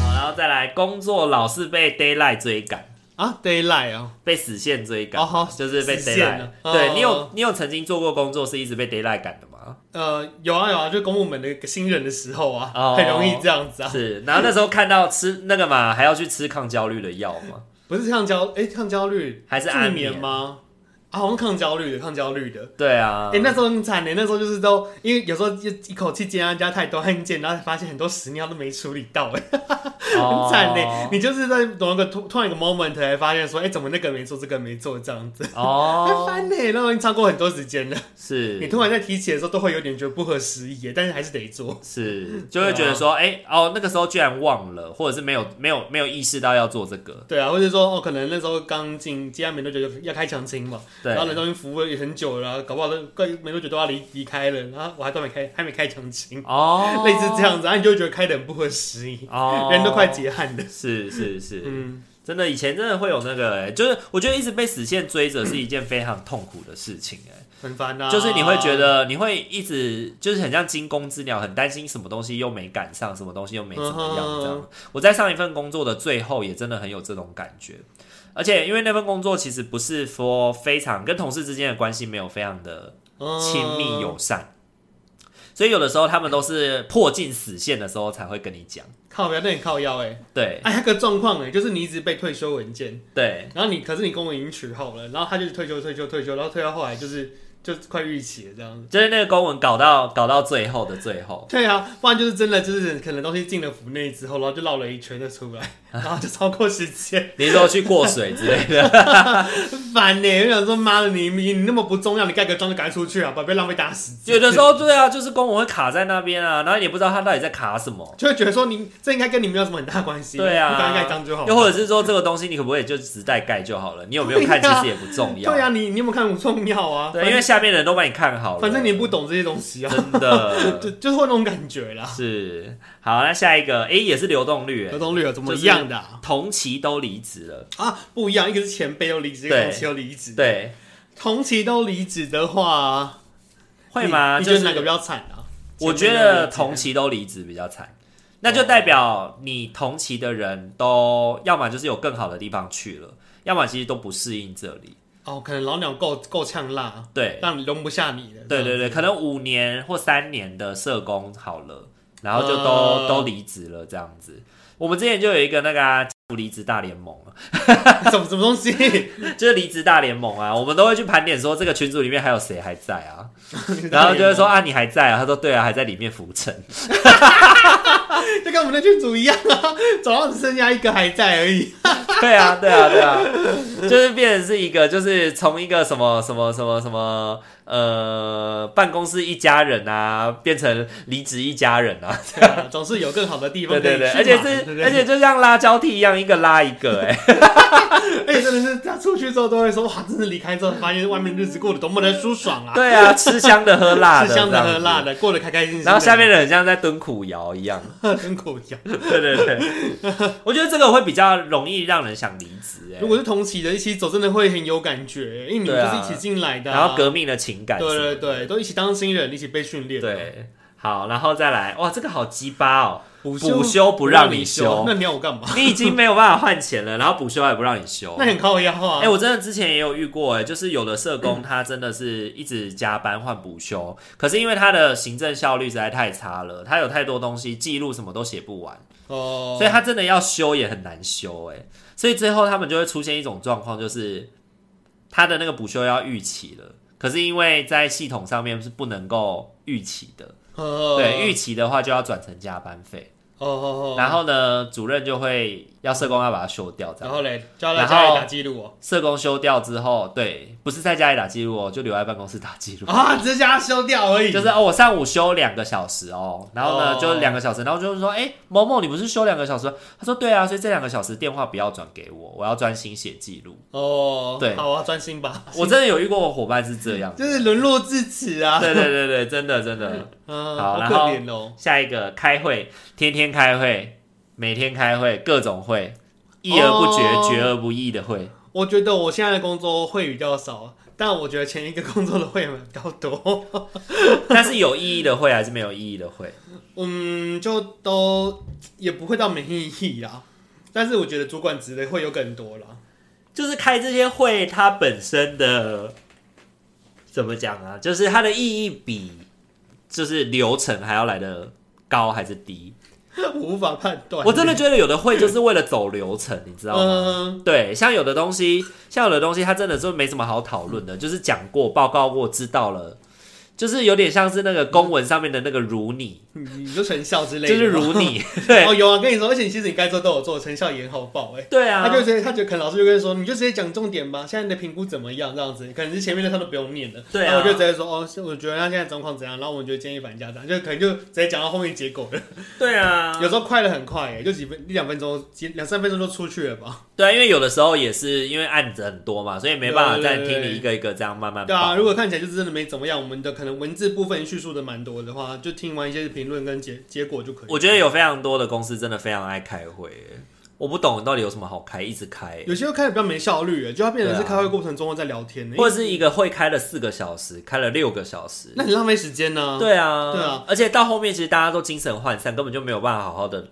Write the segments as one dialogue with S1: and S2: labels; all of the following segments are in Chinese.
S1: 好，然后再来工作，老是被 d a y l i g h t 追赶，
S2: 啊，daylight 哦，
S1: 被死线追赶，
S2: 哦好
S1: 就是被 d
S2: 死
S1: a y
S2: 线
S1: l i g
S2: 啊
S1: h t
S2: 哦
S1: 对你有
S2: 哦
S1: 你有曾经做过工作是一直被 d a y l i g h t 赶的吗？
S2: 呃，有啊有啊，就公部门的新人的时候啊，
S1: 哦
S2: 很容易这样子啊。
S1: 是，然后那时候看到吃那个嘛，还要去吃抗焦虑的药嘛，
S2: 不是抗焦，哎、抗焦虑
S1: 还是
S2: 助
S1: 安眠
S2: 眠吗？啊，好像抗焦虑的，抗焦虑的。
S1: 对啊
S2: 哎、，那时候很惨呢，那时候就是都因为有时候就一口气接人家太多案件，然后才发现很多屎尿都没处理到，哎，很惨呢。
S1: 哦
S2: 你就是在某一个突突然一个 moment 才发现说，哎、怎么那个没做，这个没做，这样子，很
S1: 哦，
S2: 烦呢。那时候已经超过很多时间了。你
S1: 是
S2: 突然在提起的时候，都会有点觉得不合时宜耶，但是还是得做。
S1: 是，就会觉得
S2: 啊
S1: 说，哎、哦，那个时候居然忘了，或者是没有没有没有意识到要做这个，
S2: 对啊，或者说哦，可能那时候刚进接案没多久就要开强亲嘛，
S1: 对
S2: 然后人都已经服务也很久了，搞不好都快没多久都要离离开了，然后我还都没开，还没开强亲，
S1: 哦，
S2: 类似这样子，然后你就会觉得开的很不合时宜，
S1: 哦，
S2: 人都快结汗的。
S1: 是是是，
S2: 嗯，
S1: 真的，以前真的会有那个、哎，就是我觉得一直被死线追着是一件非常痛苦的事情、哎、
S2: 很烦啊。
S1: 就是你会觉得你会一直就是很像惊弓之鸟，很担心什么东西又没赶上，什么东西又没怎么样这
S2: 嗯
S1: 样。我在上一份工作的最后也真的很有这种感觉，而且因为那份工作其实不是说非常跟同事之间的关系没有非常的
S2: 嗯
S1: 亲密友善。所以有的时候他们都是破近死线的时候才会跟你讲，
S2: 靠腰，那很靠腰哎，
S1: 对
S2: 哎，那个状况哎，就是你一直被退休文件，
S1: 对，
S2: 然后你可是你公文已经取好了，然后他就是退休退休退休，然后退到后来就是就快逾期了这样子。
S1: 就是那个公文搞到搞到最后的最后，
S2: 对啊，不然就是真的就是可能东西进了府内之后，然后就绕了一圈再出 来，然后就超过时间，
S1: 你说去过水之类的，
S2: 很烦呢、我想说，妈的，你你你那么不重要，你盖个章就赶快出去啊，不然别浪费大家时间。
S1: 有的时候对啊，就是公文会卡在那边啊，然后也不知道他到底在卡什么，
S2: 就会觉得说你这应该跟你没有什么很大关系，
S1: 对啊，
S2: 你赶快盖章就好。
S1: 又或者是说这个东西你可不可以就只带盖就好了，你有没有看
S2: 对
S1: 其
S2: 啊
S1: 实也不重要，
S2: 对啊，你你有没有看不重要啊？
S1: 对因为下面的人都帮你看好了，
S2: 反正你不懂这些东西啊，
S1: 真的
S2: 就就是会那种感觉啦。
S1: 是好，那下一个诶也是流动率、
S2: 流
S1: 诶
S2: 动率有怎么一样的啊,、
S1: 同期都离职了，
S2: 啊？不一样，一个是前辈又离职，一
S1: 对
S2: 个同期又离职。
S1: 对，
S2: 同期都离职的话，
S1: 会吗？
S2: 你你
S1: 就
S2: 觉
S1: 是
S2: 得哪个比较惨啊？
S1: 我
S2: 前
S1: 觉
S2: 辈又离
S1: 得
S2: 职
S1: 同期都离职比较惨，那就代表你同期的人都要么就是有更好的地方去了，要么其实都不适应这里。
S2: 哦，可能老鸟够够呛辣，
S1: 对，
S2: 让你容不下你了。
S1: 对对
S2: 这样
S1: 对，可能五年或三年的社工好了，然后就都、
S2: 呃
S1: 都离职了这样子。我们之前就有一个那个啊，不离职大联盟啊，
S2: 子，什么什么东西？
S1: 就是离职大联盟啊，我们都会去盘点说这个群组里面还有谁还在啊， 然后就会说，啊你还在啊，他说对啊还在里面浮沉，
S2: 就跟我们的剧组一样啊，总要只剩下一个还在 而已。
S1: 对啊，对啊，对啊，就是变成是一个，就是从一个什么什么什么什么呃办公室一家人啊，变成离职一家人啊，
S2: 对啊总是 有更好的地
S1: 对
S2: 方可以
S1: 对
S2: 去
S1: 对，
S2: 嘛，
S1: 而且
S2: 对
S1: 是
S2: 不对
S1: 而且就像拉交替一样，一个拉一个、哎，
S2: 而且真的是他出去之后都会说，哇，真的离开之后发现外面日子过得多么的舒爽啊，
S1: 对啊，吃香的喝辣的，
S2: 吃香的喝辣
S1: 的。
S2: 的，过得开开心心的。
S1: 然后下面的很像在蹲苦窑一样，
S2: 很口条。
S1: 对对对，我觉得这个会比较容易让人想离职哎
S2: 如，果是同期的一起走，真的会很有感觉，因为你们
S1: 对
S2: 就
S1: 啊
S2: 是一起进来的啊，
S1: 然后革命的情感什么
S2: 对
S1: 的，
S2: 对对，都一起当新人，一起被训练。，
S1: 对，好，然后再来，哇，这个好鸡巴哦，
S2: 补
S1: 补休不让你休
S2: 休，那你要我干 嘛？
S1: 你已经没有办法换钱了，然后补休还不让你休。
S2: 那
S1: 哎、
S2: 很靠腰啊。
S1: 我真的之前也有遇过、哎，就是有的社工他真的是一直加班换补休，可是因为他的行政效率实在太差了，他有太多东西记录什么都写不完，
S2: 哦，
S1: 所以他真的要休也很难休、哎，所以最后他们就会出现一种状况，就是他的那个补休要预期了，可是因为在系统上面是不能够预期的，
S2: 呃
S1: 对，预期的话就要转成加班费。
S2: 哦哦哦，
S1: 然后呢，主任就会要社工要把它修掉，这
S2: 然
S1: 样。
S2: 后嘞，叫他
S1: 然
S2: 家里
S1: 后
S2: 打记录哦。
S1: 社工修掉之后，对，不是在家里打记录哦，就留在办公室打记录。
S2: 啊，只是叫他修掉而已。
S1: 就是哦，我上午休两个小时哦，然后呢、
S2: 哦
S1: 就两个小时，然后就是说，哎、某某你不是休两个小时吗？他说对啊，所以这两个小时电话不要转给我，我要专心写记录。
S2: 哦，
S1: 对
S2: 好啊，专心吧。
S1: 我真的有遇过伙伴是这样，
S2: 就是沦落至此啊。
S1: 对对对对，真的真的。
S2: 嗯，
S1: 好
S2: 好
S1: 然
S2: 可
S1: 后
S2: 怜哦。
S1: 下一个开会，天天开会，每天开会，各种会，议而不决，
S2: 哦
S1: 决而不议的会。
S2: 我觉得我现在的工作会比较少，但我觉得前一个工作的会员比较多。
S1: 但是有意义的会还是没有意义的会？
S2: 嗯，就都也不会到没意义啦。但是我觉得主管职的会有更多啦。
S1: 就是开这些会，它本身的怎么讲啊？就是它的意义比就是流程还要来的高还是低？
S2: 我无法判断。
S1: 我真的觉得有的会就是为了走流程，你知道吗？
S2: 哦嗯，
S1: 对，像有的东西，像有的东西，它真的就没什么好讨论的，就是讲过、报告过、知道了，就是有点像是那个公文上面的那个如你，
S2: 嗯你就成效之类
S1: 就
S2: 的吗，
S1: 是如 你，对
S2: 哦，有啊，跟你说，而且其实你该做都有做，成效也好爆哎、
S1: 对啊
S2: 他，就直接，他就可能老师就跟说，你就直接讲重点吧，现在你的评估怎么样？这样子，可能是前面的他都不用念了。
S1: 对啊
S2: 然后我就直接说，哦，是我觉得他现在状况怎样，然后我们就建议反家长，就可能就直接讲到后面结果了。
S1: 对啊，
S2: 有时候快的很快、欸，就几分一两分钟，几两三分钟就出去了吧？
S1: 对啊，因为有的时候也是因为案子很多嘛，所以没办法
S2: 对对
S1: 再
S2: 对
S1: 听
S2: 对
S1: 你一个一个这样慢慢报。
S2: 对啊，如果看起来就真的没怎么样，我们的可能文字部分叙述的蛮多的话，就听完一些评论跟结结果就可以了。
S1: 我觉得有非常多的公司真的非常爱开会耶，我不懂到底有什么好开，一直开耶，
S2: 有些又开始比较没效率、欸，就要变成是
S1: 对啊
S2: 开会过程中在聊天、欸，
S1: 或者是一个会开了四个小时，开了六个小时。
S2: 那很浪费时间呢、
S1: 对啊，
S2: 对啊，
S1: 而且到后面其实大家都精神涣散，根本就没有办法好好的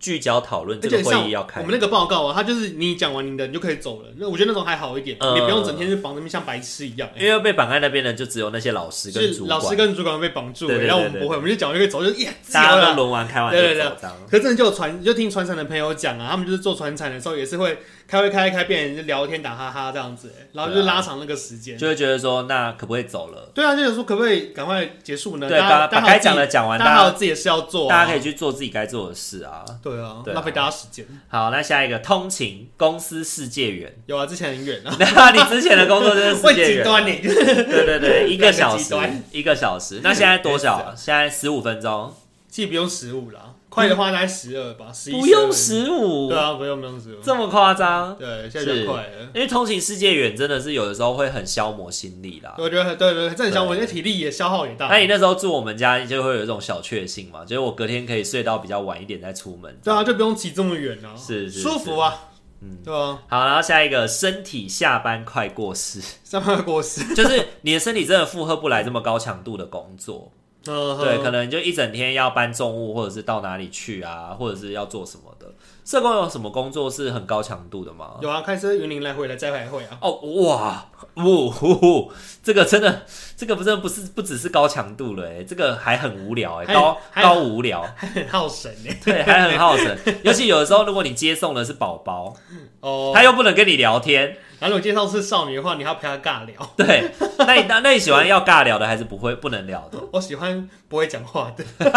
S1: 聚焦讨论这
S2: 而
S1: 个
S2: 且像
S1: 会议要开。
S2: 我们那个报告啊，它就是你讲完你的，你就可以走了。那我觉得那种还好一点，
S1: 嗯
S2: 你不用整天去绑那边像白痴一样、欸
S1: 因为被绑在那边的就只有那些老师
S2: 就
S1: 跟
S2: 是
S1: 主
S2: 老师
S1: 管，
S2: 跟主管被绑住、
S1: 对
S2: 欸
S1: 对对
S2: 然后我们
S1: 对
S2: 不会，
S1: 对
S2: 我们就讲完就可以走，就耶自由
S1: 大家都
S2: 了。
S1: 轮完开完
S2: 对对
S1: 就
S2: 对
S1: 走，这样
S2: 可是真的就有传，就听船产的朋友讲啊，他们就是做船产的时候也是会开会开一开，变成聊天打哈哈这样子、欸然后就
S1: 对啊
S2: 拉长那个时间。
S1: 就会觉得说，那可不可以走了？
S2: 对啊，就是说可不可以赶快结束呢？
S1: 对，
S2: 大家
S1: 把把
S2: 大家还
S1: 该
S2: 有自己
S1: 讲的讲完，
S2: 大家还
S1: 大
S2: 有
S1: 家
S2: 自己的事要做、啊，
S1: 大家可以去做自己该做的事啊。
S2: 对啊，
S1: 对啊
S2: 浪费大家时间。
S1: 好，那下一个通勤公司世界远。
S2: 有啊，之前很远啊，
S1: 那你之前的工作就是 世
S2: 会
S1: 界
S2: 极
S1: 远，啊
S2: 端你，
S1: 对对对，一个小
S2: 极
S1: 时
S2: 端，
S1: 一个小时。那现在多 少？啊现在十五分钟，
S2: 其实不用十五啦，快的话大概十二吧，十一
S1: 不用，十五
S2: 对，啊，不用不用十五，
S1: 这么夸张？
S2: 对，现在比较快了。
S1: 因为通勤世界远真的是有的时候会很消磨心力啦。
S2: 我觉得很对啊对，对正想我，因
S1: 对哎
S2: 为体力也消耗也大
S1: 那。你那时候住我们家，就会有一种小确幸嘛，就是我隔天可以睡到比较晚一点再出门。
S2: 对啊，就不用骑这么远了，
S1: 是是
S2: 舒服啊。嗯，对啊，
S1: 好，然后下一个身体下班快过世，
S2: 上班过时。
S1: 就是你的身体真的负荷不来这么高强度的工作。
S2: 嗯，
S1: 对，
S2: 嗯
S1: 可能就一整天要搬重物，或者是到哪里去啊，或者是要做什么的。社工有什么工作是很高强度的吗？
S2: 有啊，开车云林来回来再来回啊。
S1: 哦，哇，呜、呼呼，这个真的，这个不真的不是不只是高强度了，哎，这个还很无聊，哎，
S2: 还
S1: 高
S2: 还
S1: 高无聊，
S2: 还很耗神欸呢、
S1: 对，还很耗神。尤其有的时候，如果你接送的是宝宝，
S2: 哦，
S1: 他又不能跟你聊天，
S2: 然后我介绍是少女的话，你还要陪她尬聊。
S1: 对，那你那那你喜欢要尬聊的，还是不会不能聊的？
S2: 我喜欢不会讲 话的，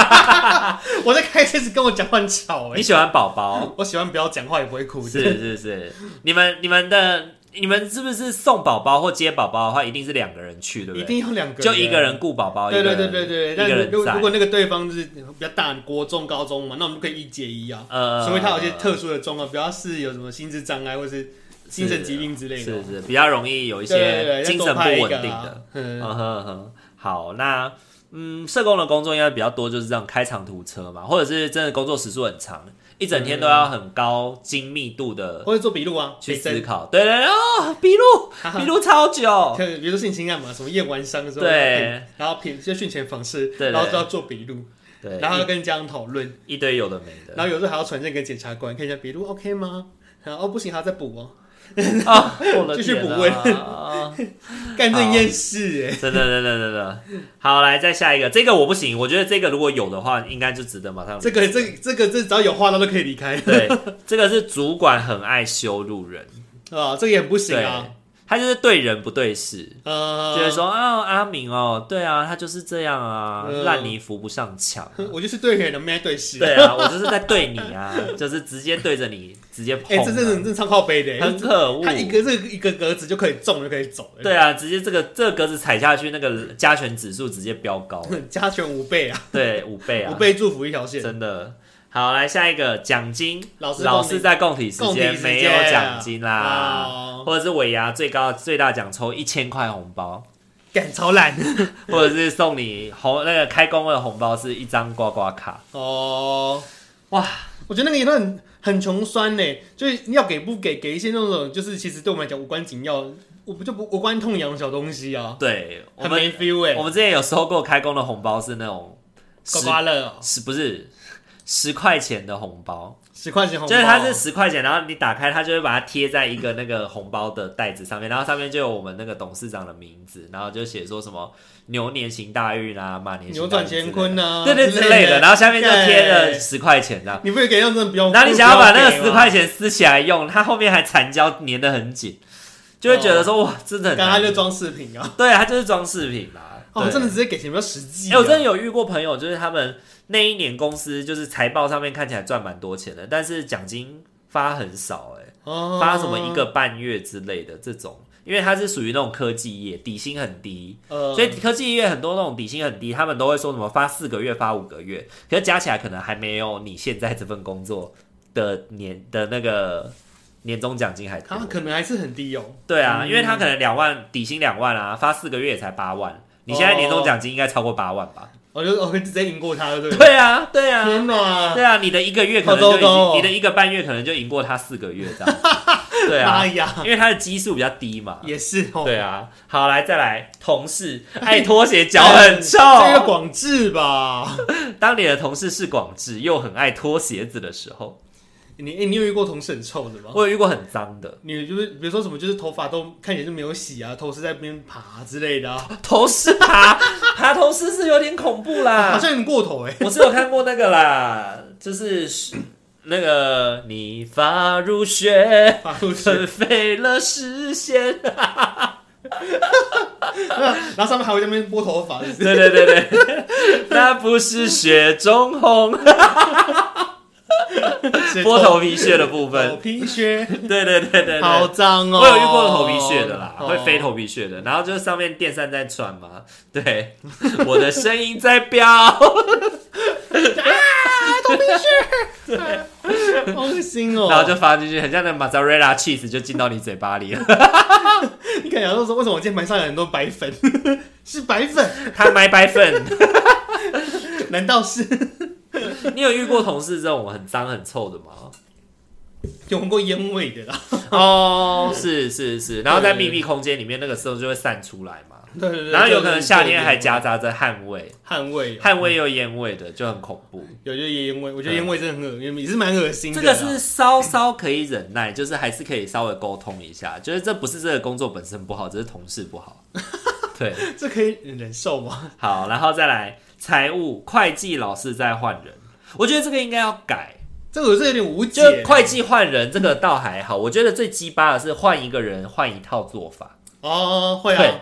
S2: 我在开车时跟我讲话很吵哎、
S1: 你喜欢宝宝，
S2: 我喜欢不要讲话也不会哭的。
S1: 是是是，你们你们的你们是不是送宝宝或接宝宝的话，一定是两个人去，对不
S2: 一
S1: 对？
S2: 定要两个人，
S1: 就一个。人顾宝宝，
S2: 对对
S1: 一个
S2: 对
S1: 人
S2: 对对，
S1: 一个
S2: 但
S1: 人
S2: 如如果
S1: 在。
S2: 那个对方就是比较大，国中、高中嘛，那我们就可以一解一啊。
S1: 呃
S2: 除非他有一些特殊的状况，比方是有什么心智障碍或是精神疾病之类的。
S1: 是是比较容易有一
S2: 一
S1: 些精神不稳定的。。
S2: 对对对
S1: 嗯
S2: 要多拍一个啊嗯，
S1: 哼嗯哼，好，那嗯，社工的工作应该比较多，就是这样开长途车嘛，或者是真的工作时数很长，一整天都要很高精密度的
S2: 或者做笔录啊，
S1: 去
S2: 笔
S1: 思
S2: 证，
S1: 考。对对对哦，笔
S2: 啊
S1: 录笔录超久，
S2: 可能比如说性侵案嘛，什么验完伤之后，
S1: 对，
S2: 然后品就训前访视，
S1: 对对
S2: 然后就要做笔录，
S1: 对，
S2: 然后要跟家长讨论，
S1: 一一堆有的没的。
S2: 然后有时候还要传证给检察官看一下笔录哦 OK 吗？然后哦不行，还要再补哦，
S1: 啊，我的
S2: 继续
S1: 天
S2: 补
S1: 啊
S2: 问
S1: 啊
S2: 干这
S1: 好
S2: 件事哎。
S1: 真的，真的，真的。好，来再下一个，这个我不行，我觉得这个如果有的话，应该就值得马上。
S2: 这个这这个这只要有话，他都可以离开
S1: 对，这个是主管很爱羞辱人，
S2: 啊，这个也很不行
S1: 对
S2: 啊。，
S1: 他就是对人不对事，
S2: 呃，
S1: 就是说啊、阿明哦，对啊，他就是这样啊，
S2: 嗯
S1: 烂泥扶不上墙 啊、
S2: 我就是对人的，没对事。
S1: 对啊，我就是在对你啊， 就是直接对着你直接
S2: 哎、
S1: 碰啊、
S2: 这真的真的超靠背的，
S1: 很可恶
S2: 他。一个这个一个格子就可以中就可以走了，
S1: 对啊，直接这个这个格子踩下去，那个加权指数直接飙高，
S2: 加权五倍啊，
S1: 对，五倍啊，
S2: 五倍祝福一条线，
S1: 真的。好，来下一个奖金，
S2: 老师
S1: 老
S2: 共鸣
S1: 师在共体时
S2: 共体
S1: 间
S2: 时
S1: 没有
S2: 间啊
S1: 奖金啦，
S2: 哦
S1: 或者是尾牙最高最大奖抽一千块红包，
S2: 干超烂
S1: 或者是送你红那个开工会的红包是一张刮刮卡，
S2: 哦。
S1: 哇，
S2: 我觉得那个也都很很穷酸呢，就是你要给不给，给一些那种就是其实对我们来讲无关紧要，我不就不无关痛痒的小东西啊，
S1: 对我
S2: 很
S1: 们
S2: 没 feel 哎、
S1: 我们之前有收过开工的红包是那种
S2: 刮
S1: 十
S2: 刮乐、哦，
S1: 十不是十块钱的红包，
S2: 十块钱红包，啊
S1: 就是它是十块钱，然后你打开它就会把它贴在一个那个红包的袋子上面，然后上面就有我们那个董事长的名字，然后就写说什么牛年行大运啊，马年行大运
S2: 扭转乾坤
S1: 之类的
S2: 呐、啊，
S1: 对对之类的，然后下面就贴了
S2: 对
S1: 十块钱这样。
S2: 你不会给，那真的不用。
S1: 然后你想要把那个
S2: 不
S1: 十
S2: 用给吗啊
S1: 块钱撕起来用，它后面还缠胶粘得很紧，就会觉得说哇，真的很
S2: 哦刚刚就
S1: 难。
S2: 装饰品啊！
S1: 对，它就是装饰品啦。
S2: 哦，
S1: 对
S2: 真的直接给钱比较实际
S1: 哎、
S2: 啊。
S1: 我真的有遇过朋友，就是他们那一年公司就是财报上面看起来赚蛮多钱的，但是奖金发很少、欸，哎，
S2: 哦
S1: 发什么一个半月之类的这种，因为它是属于那种科技业，底薪很低，
S2: 呃，
S1: 所以科技业很多那种底薪很低，他们都会说什么发四个月、发五个月，可是加起来可能还没有你现在这份工作的年的那个年终奖金还多
S2: 他。可能还是很低哦。
S1: 对啊，因为他可能两万底薪两万啊，发四个月也才八万，你现在年终奖金应该超过八万吧？
S2: 我就我可以直接赢过他，对哦不对？
S1: 对啊，对啊，
S2: 天哪！
S1: 对啊，你的一个月可能
S2: 好
S1: 就
S2: 糟
S1: 已
S2: 糕哦
S1: 经，你的一个半月可能就赢过他四个月这 样。对啊
S2: 妈，呀，
S1: 因为他的基数比较低嘛。
S2: 也是哦。
S1: 对啊，好，来再来，同事 爱拖鞋，脚很臭。
S2: 这个广智吧？
S1: 当你的同事是广智，又很爱拖鞋子的时候，
S2: 你哎，你有遇过同事很臭的吗？
S1: 我有遇过很脏的，
S2: 你就是比如说什么，就是头发都看起来就没有洗啊，头是在那边爬之类的啊，
S1: 同 事爬爬同事是有点恐怖
S2: 好
S1: 啦。
S2: 像有点过头哎。
S1: 我是有看过那个啦，就是那个你发如雪。
S2: 发出去，
S1: 腾飞了视线，
S2: 然后上面还会在那边拨头发， 是不是
S1: 对对对对， 那不是雪中 红，剥头皮屑的部
S2: 头
S1: 分，
S2: 皮屑，
S1: 对对对对对，
S2: 好脏哦。
S1: 我有遇过头皮屑的啦，
S2: 哦
S1: 会飞头皮屑的，然后就是上面电扇在转嘛，对， 我的声音在
S2: 哦
S1: 飙，
S2: 好恶心哦！
S1: 然后就发进去，很像那 mozzarella cheese 就进到你嘴巴里 了。
S2: 你敢想到说，为什么我键盘上有很多白粉？ 是白粉？
S1: 他买白粉，
S2: 难道是
S1: 你有遇过同事这种很脏很臭的吗？
S2: 有闻过烟味的啦？
S1: 哦，是是是，然后在密闭空间里面，那个时候就会散出来嘛。
S2: 对对对。嗯
S1: 然后有可能夏天还夹杂着汗味，
S2: 汗味，哦
S1: 汗味又烟味的，就很恐怖。
S2: 有就是烟味，我
S1: 嗯
S2: 觉得烟味真的很恶心，也是蛮恶心
S1: 这
S2: 的啦。
S1: 个是稍稍可以忍耐，就是还是可以稍微沟通一下，就是这不是这个工作本身不好，只是同事不 好。对，
S2: 啊这可以忍受吗？
S1: 好，然后再来财务会计老是在换人，我觉得这个应该要改。
S2: 这个我是有点无
S1: 就
S2: 解。
S1: 会计换人这个倒还好，我觉得最鸡巴的是换一个人换一套做法。
S2: 哦，会
S1: 对
S2: 啊。，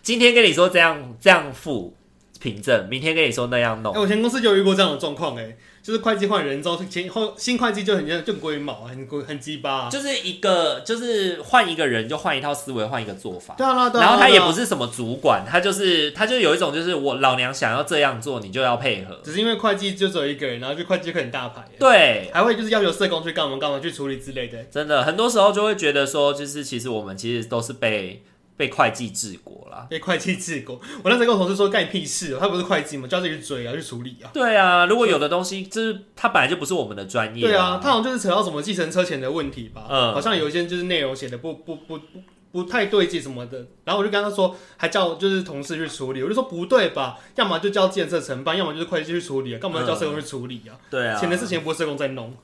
S1: 今天跟你说这样这样付凭证，明天跟你说那样弄
S2: 哎，。我前公司就有遇过这样的状况，哎，就是会计换人之后，前后新会计就很就很龟毛，很龟很鸡巴啊。
S1: 就是一个，就是换一个人就换一套思维，换一个做法。
S2: 对啊，对啊对啊。
S1: 然后他也不
S2: 是，
S1: 是什么主管，他就是他就有一种就是我老娘想要这样做，你就要配合。
S2: 只是因为会计就只有一个人，然后就会计就很大牌，哎
S1: 对，
S2: 还会就是要求社工去干嘛干嘛去处理之类的。
S1: 真的很多时候就会觉得说，就是其实我们其实都是被被会计治国啦。
S2: 被会计治国。我那时候跟我同事说干你屁事哦、他不是会计嘛，就要自己去追啊，去处理啊。
S1: 对啊，如果有的东西就是它本来就不是我们的专业、
S2: 对啊，他好像就是扯到什么计程车钱的问题吧，
S1: 嗯
S2: 好像有一些就是内容写的不不不不不太对劲什么的，然后我就跟他说，还叫就是同事去处理，我就说不对吧，要么就叫建设承办，要么就是会计去处理啊，干嘛要叫社工去处理啊？
S1: 对啊，
S2: 钱的事情不是社工在弄，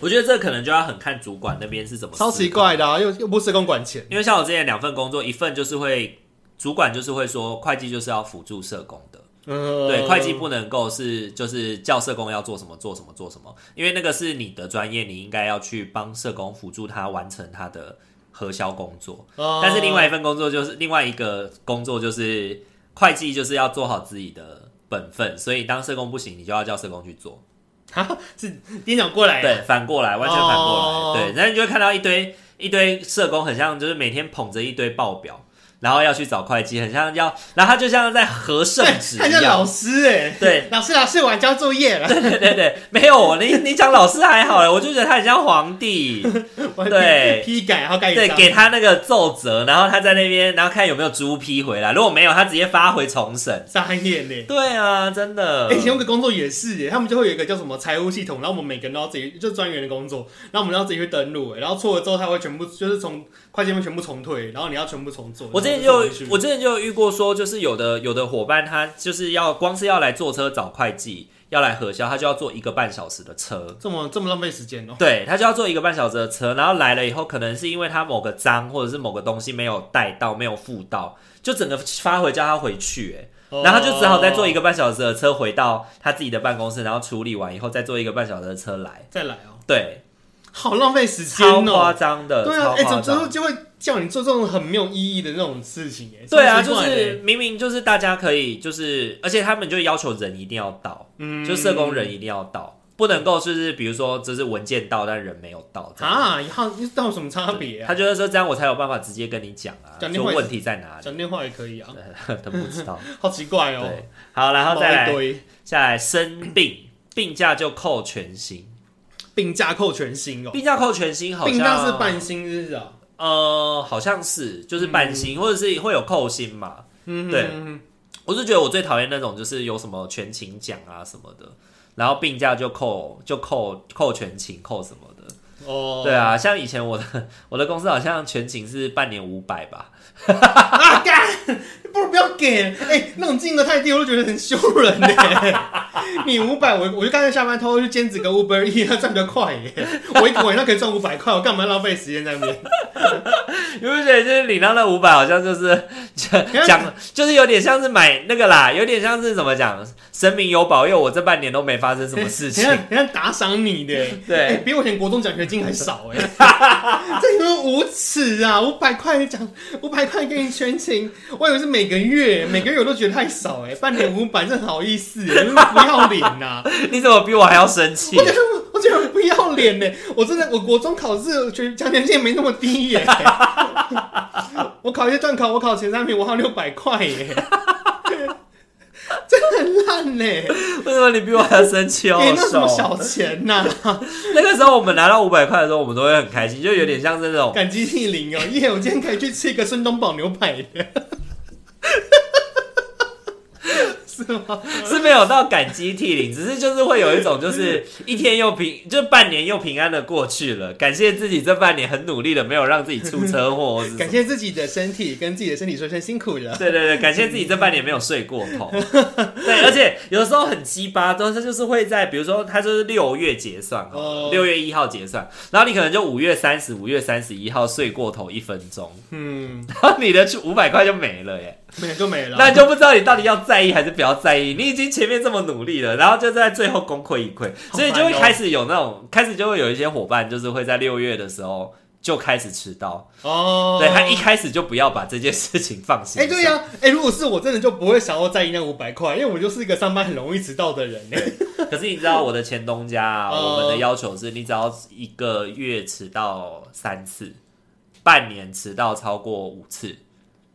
S1: 我觉得这可能就要很看主管那边是怎么思考
S2: 超奇怪的、啊，又又不是社工管钱，
S1: 因为像我之前两份工作，一份就是会主管就是会说会计就是要辅助社工的，
S2: 呃，
S1: 对，会计不能够是就是叫社工要做什么做什么做什么，因为那个是你的专业，你应该要去帮社工辅助他完成他的核销工作，
S2: 哦
S1: 但是另外一份工作就是另外一个工作就是会计，就是要做好自己的本分，所以当社工不行，你就要叫社工去做。
S2: 啊是演讲过来啊，
S1: 对，反过来，完全反过来。
S2: 哦
S1: 对，然后你就会看到一堆一堆社工，很像就是每天捧着一堆报表，然后要去找会计，很像要，然后他就像在核圣旨
S2: 他
S1: 一
S2: 像老
S1: 样。
S2: 师哎，
S1: 对
S2: 老师老师，我要交作业了，
S1: 对对对对，没有你你讲老师还好了，我就觉得他很像皇 帝，
S2: 我要
S1: 对
S2: 批批改，然后改一
S1: 对，
S2: 张
S1: 给他那个奏折，然后他在那边，然后看有没有猪批回来，如果没有，他直接发回重审。
S2: 傻眼呢。
S1: 对啊，真的
S2: 欸，以前有个工作也是耶，他们就会有一个叫什么财务系统，然后我们每个人都要自己，就是专员的工作，然后我们要自己去登录耶，然后错了之后他会全部就是从会计面全部重退，然后你要全部重做。
S1: 我之前
S2: 然后
S1: 就
S2: 重回去
S1: 我之前就有遇过说，就是有的有的伙伴他就是要光是要来坐车找会计，要来核销，他就要坐一个半小时的车。
S2: 这么这么浪费时间哦、
S1: 对他就要坐一个半小时的车，然后来了以后，可能是因为他某个章或者是某个东西没有带到，没有付到，就整个发回叫他回去、欸，然后他就只好再坐一
S2: 个
S1: 个半小时的车回到他自己的办公室，然后处理完以后再坐一个半小时的车来，
S2: 再来哦、
S1: 对，
S2: 好浪费时间
S1: 超
S2: 哦、
S1: 夸张的，
S2: 对啊，
S1: 超
S2: 哎、
S1: 夸
S2: 怎
S1: 张
S2: 么。就会叫你做这种很没有意义的那种事情欸耶？
S1: 对啊，
S2: 超奇
S1: 就
S2: 怪的
S1: 是
S2: 耶
S1: 明明就是大家可以，就是而且他们就要求人一定要到，
S2: 嗯
S1: 就社工人一定要到，不能够就是比如说就是文件到，但人没有到这样。
S2: 啊，一号这有什么差别啊
S1: 他？就是说这样我才有办法直接跟你讲啊，
S2: 讲
S1: 就
S2: 电话也是
S1: 问题在哪里，
S2: 讲电话也可以啊，
S1: 他不知 道。
S2: 好奇怪哦、
S1: 对，好，然后再
S2: 毛一
S1: 来
S2: 堆
S1: 下来生病，病假就扣全薪，
S2: 病假扣全薪哦、
S1: 病假扣全薪好像
S2: 病假是半薪日啊。
S1: 呃，好像是就是半薪，或者是会有扣薪嘛。
S2: 嗯，
S1: 对
S2: 对，
S1: 我是觉得我最讨厌那种就是有什么全勤奖啊什么的，然后病假就扣就扣扣全勤扣什么的。
S2: 哦，
S1: 对啊，像以前我的 我的公司好像全勤是半年五百吧，
S2: 啊，干， 不如不要给，哎、那种金额太低，我都觉得很羞人呢。 你五百，我我就干脆下班偷偷去兼职个 Uber E，他赚比较快耶。我一个晚上可以赚五百块，我干嘛浪费时间在那边？
S1: 你不觉得就是领到那五百好像就是讲就是有点像是买那个啦，有点像是怎么讲，神明有保佑，我这半年都没发生什么事 情。
S2: 人家人家打赏你的耶，
S1: 对
S2: 哎比我以前国中奖学金还少哎， 这有多无耻啊！五百块奖，五百块给你全勤，我以为是每个月，每个月我都觉得太少哎，半年五百，真好意思耶，你们不要脸呐、
S1: 你怎么比我还要生气？
S2: 我觉得不要脸呢、我真的，我国中考试，我觉得奖学金也没那么低耶、我考一些段考，我考前三名，我还有六百 块耶，真的很烂呢、欸
S1: 为什么你比我还要生气哦？
S2: 给、那什么
S1: 手
S2: 小钱呐、
S1: 那个时候我们拿到五百块的时候，我们都会很开心，就有点像是那种
S2: 感激涕零哦、耶！我今天可以去吃一个孙东宝牛排的， 是吗？
S1: 是没有到感激涕零，只是就是会有一种就是一天又平，就半年又平安的过去了，感谢自己这半年很努力的没有让自己出车祸，或是什么
S2: 感。谢自己的身体，跟自己的身体说声辛苦了。
S1: 对对对，感谢自己这半年没有睡过头。对，而且有时候很鸡巴，都是就是会在，比如说他就是六月结算
S2: 哦
S1: 哦，六月一号结算，然后你可能就五月三十、五月三十一号睡过头一分钟，
S2: 嗯，
S1: 然后你的五百块就没了耶。
S2: 没了就没了。
S1: 那你就不知道你到底要在意还是不要在意。你已经前面这么努力了，然后就在最后功亏一篑，所以就
S2: 哦
S1: 会开始有那种，开始就会有一些伙伴，就是会在六月的时候就开始迟到。
S2: 哦，
S1: 对他一开始就不要把这件事情放心
S2: 哎、
S1: 上。
S2: 对呀、哎、如果是我，真的就不会想要在意那五百块，因为我就是一个上班很容易迟到的人。
S1: 可是你知道我的前东家、啊，
S2: 哦
S1: 我们的要求是你只要一个月迟到三次，半年迟到超过五次，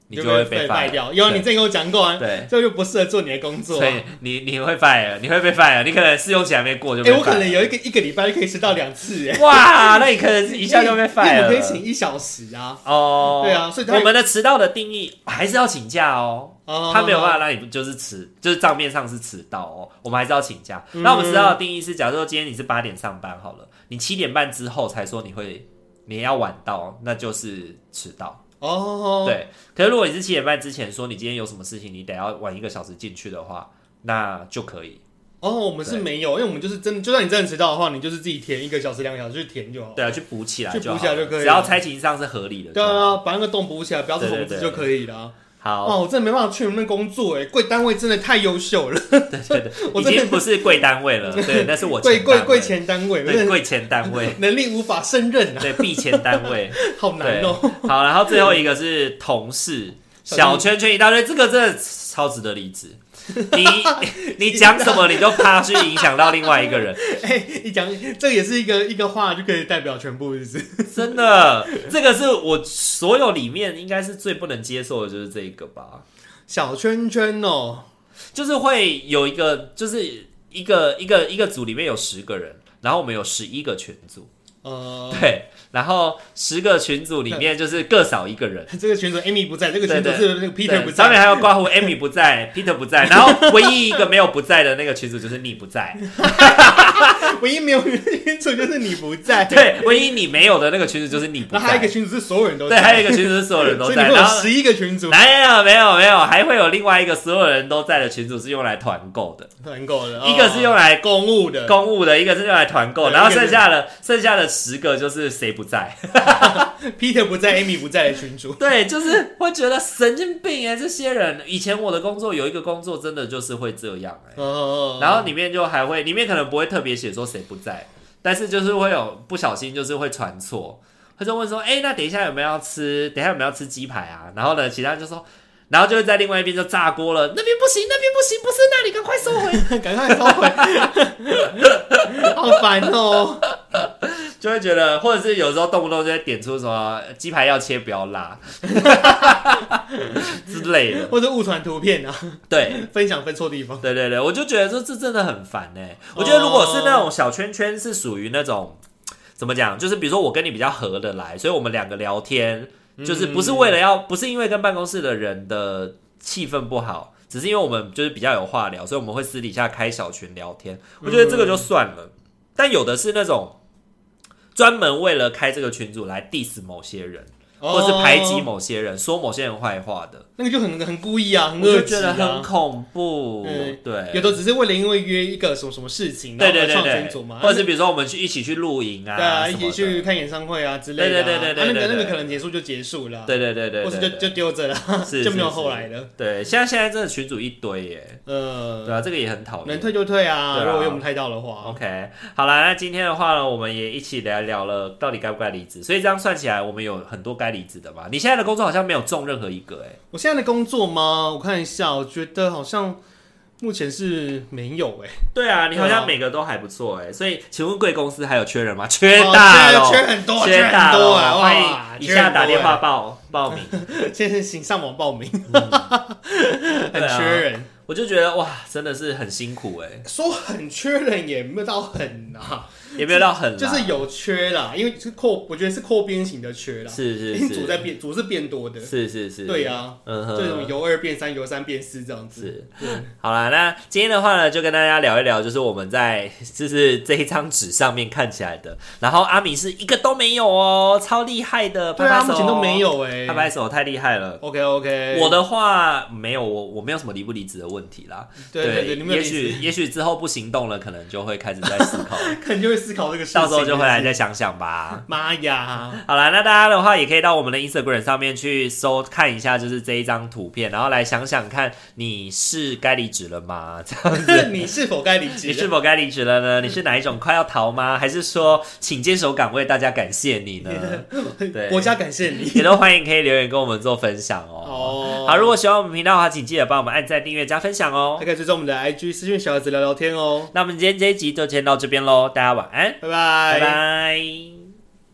S1: 你就会
S2: 被
S1: fire
S2: 掉。有啊，你之前跟我讲过啊，
S1: 对。
S2: 这就不适合做你的工作、
S1: 所以
S2: 啊。
S1: 你你会 fire，你会被 fire，你可能试用期还没过就
S2: 哎、
S1: 被 fire。
S2: 我可能有一个一个礼拜就可以迟到两次，哎，
S1: 哇，那你可能是一下就被
S2: 因
S1: fire
S2: 为
S1: 了。
S2: 我可以请一小时啊。
S1: 哦，
S2: 对啊所以他
S1: 我们的迟到的定义还是要请假哦。
S2: 哦
S1: 他没有办法让你就是迟，就是账面上是迟到哦，我们还是要请假。
S2: 嗯
S1: 那我们迟到的定义是，假设说今天你是八点上班好了，你七点半之后才说你会你要晚到，那就是迟到。
S2: 哦，
S1: 对，可是如果你是七点半之前说你今天有什么事情，你得要晚一个小时进去的话，那就可以。
S2: 哦，我们是没有，因为我们就是真的，就算你真的迟到的话，你就是自己填一个小时、两个小时去填就好。
S1: 对啊，去补起来
S2: 去
S1: 就
S2: 补
S1: 好
S2: 起来
S1: 了，
S2: 就可以了
S1: 只要差勤上是合理的就
S2: 对啊
S1: 好。
S2: 啊，把那个洞补起来，不要是红
S1: 对
S2: 字
S1: 对对
S2: 就可以了啊。
S1: 好，
S2: 哇，我真的没办法去你们那工作哎，贵单位真的太优秀了，
S1: 对对对，
S2: 我
S1: 已
S2: 真的
S1: 经不是贵单位了，对，那是我
S2: 贵
S1: 前
S2: 贵
S1: 单
S2: 贵
S1: 位，
S2: 钱单位，
S1: 对
S2: 真的
S1: 贵钱单位，
S2: 能力无法胜任啊，
S1: 对币钱单位，
S2: 好难哦。
S1: 好，然后最后一个是同事，小
S2: 小
S1: 圈圈一大堆，这个真的超值得离职。你 你讲什么，你都怕去影响到另外一个人，
S2: 哎，一讲这也是一个一个话就可以代表全部，是不是？
S1: 真的，这个是我所有里面应该是最不能接受的，就是这一个吧，
S2: 小圈圈哦，
S1: 就是会有一个，就是一个一个一个组里面有十个人，然后我们有十一个群组，
S2: 呃，
S1: 对，然后十个群组里面就是各少一个人。
S2: 这个群主 Amy 不在，这个群主
S1: 对
S2: 是那个
S1: 对
S2: Peter 不
S1: 上面
S2: 在，
S1: 还有 挂呼 Amy 不在，Peter 不在，然后唯一一个没有不在的那个群组就是你不 在，
S2: 唯一没有群主就是你 不在，
S1: 对，唯一你没有的那个群组就是你不
S2: 然后还有一个
S1: 在，
S2: 群主是所有人都
S1: 对，还有一个
S2: 在，
S1: 群组是所有人都
S2: 所以你
S1: 在，
S2: 会
S1: 然
S2: 有
S1: 后
S2: 十一个群主，
S1: 没有没有没有，还会有另外一个所有人都在的群组是用来团购的，
S2: 很够的，
S1: 一个是用来
S2: 公务的，
S1: 公务的，一个是用来团购，
S2: 哦对
S1: 然后
S2: 一个
S1: 剩
S2: 是
S1: 下的剩下的十个就是谁不在，
S2: Peter 不在，Amy 不在的群主，
S1: 对，就是会觉得神经病哎，这些人，以前我的工作有一个工作真的就是会这样哎。
S2: 哦，
S1: 然后里面就还会，里面可能不会特别写说谁不在，但是就是会有不小心就是会传错，他就问说，哎、那等一下有没有要吃？等一下有没有要吃鸡排啊？然后呢，其他人就说，然后就会在另外一边就炸锅了，那边不行，那边不行，不是那里，赶快收回，
S2: 赶快收回， 好烦哦！
S1: 就会觉得，或者是有时候动不动就会点出什么鸡排要切不要辣 之类的，
S2: 或者误传图片啊，
S1: 对。
S2: 分享分错地方，
S1: 对对对，我就觉得说这真的很烦哎、我觉得如果是那种小圈圈，是属于那种怎么讲，就是比如说我跟你比较合得来，所以我们两个聊天，就是不是为了
S2: 嗯
S1: 要，不是因为跟办公室的人的气氛不好，只是因为我们就是比较有话聊，所以我们会私底下开小群聊天。我觉得这个就算了，
S2: 嗯
S1: 但有的是那种。专门为了开这个群组来 diss 某些人，或者是排挤
S2: 哦，
S1: 某些人，说某些人坏话的，
S2: 那个就很很故意啊，很
S1: 我就
S2: 恶质
S1: 觉得很
S2: 啊。
S1: 恐怖。
S2: 嗯
S1: 对，
S2: 有的只是为了因为约一个什么什么事情，
S1: 对
S2: 然
S1: 对
S2: 后
S1: 对
S2: 上群
S1: 对
S2: 组，嘛，
S1: 或者是比如说我们去一起去露营啊，
S2: 对啊，
S1: 什
S2: 一
S1: 么
S2: 起
S1: 的
S2: 去看演唱会啊之类的
S1: 对
S2: 啊，
S1: 对对对
S2: 啊
S1: 对
S2: 那个
S1: 对
S2: 那个
S1: 对
S2: 可能结束就结束了啊，
S1: 对对对对，
S2: 或是就
S1: 对
S2: 就丢着了，啊
S1: 对是
S2: 就没有
S1: 是
S2: 后
S1: 是
S2: 来了。
S1: 对，现在现在真的群主一堆耶，对
S2: 呃，
S1: 啊，这个也很讨
S2: 能
S1: 厌。
S2: 退就退
S1: 对
S2: 啊，
S1: 啊
S2: 如果用不太到的话，
S1: OK，好啦，那今天的话呢，我们也一起来聊了到底该不该离职。所以这样算起来，我们有很多该离职的嘛。你现在的工作好像没有中任何一个哎，
S2: 我现在的工作吗？我看一下，我觉得好像目前是没有哎。
S1: 对啊，你好
S2: 对啊
S1: 像每个都还不错哎。所以请问贵公司还有缺人吗？缺
S2: 哦
S1: 大了，
S2: 缺缺很多，
S1: 缺
S2: 缺
S1: 大
S2: 很多啊！
S1: 了，
S2: 哇
S1: 欢迎一下打电，话报报名。
S2: 缺很多哎 现在请上网报名， 很
S1: 对嗯啊
S2: 缺人。
S1: 我就觉得哇，真的是很辛苦哎，
S2: 说很缺人也没有到很啊，
S1: 也没有到很啦
S2: 就是有缺啦，因为是扩，我觉得是扩编型的缺啦，
S1: 是是
S2: 因为组在
S1: 是
S2: 变，组是变多的，
S1: 是是是，
S2: 对呀，
S1: 嗯
S2: 这种
S1: 哼。
S2: 由二变三，由三变四这样子。
S1: 是，
S2: 对
S1: 好啦，那今天的话呢，就跟大家聊一聊，就是我们在就是这一张纸上面看起来的，然后阿米是一个都没有哦，超厉害的，
S2: 对
S1: 拍
S2: 啊，
S1: 拍手，
S2: 目前都没，有哎
S1: 拍。拍手，太厉害了。
S2: OK OK，
S1: 我的话没有，我我没有什么离不离职的问题啦。
S2: 对对对，你们
S1: 也许也许之后不行动了，可能就会开始在思考，
S2: 肯定会思考这个事情，
S1: 到时候就回来再想想吧。
S2: 妈呀，
S1: 好啦，那大家的话也可以到我们的 Instagram 上面去搜看一下，就是这一张图片，然后来想想看你是该离职了吗？这样
S2: 你是否该 离
S1: 你
S2: 职
S1: 是
S2: 了？
S1: 否该离职了呢？
S2: 嗯
S1: 你是哪一种快要逃吗？还是说请坚守岗位，大家感谢你 呢？
S2: 呃
S1: 对
S2: 国家感谢你
S1: 也都欢迎可以留言跟我们做分享哦。
S2: 哦。
S1: 好，如果喜欢我们频道的话，请记得帮我们按赞、订阅、加分享哦
S2: 还。可以追踪我们的 IG 私讯小孩子聊聊天哦，
S1: 那我们今天这一集就先到这边喽，大家晚安，
S2: 拜
S1: 拜拜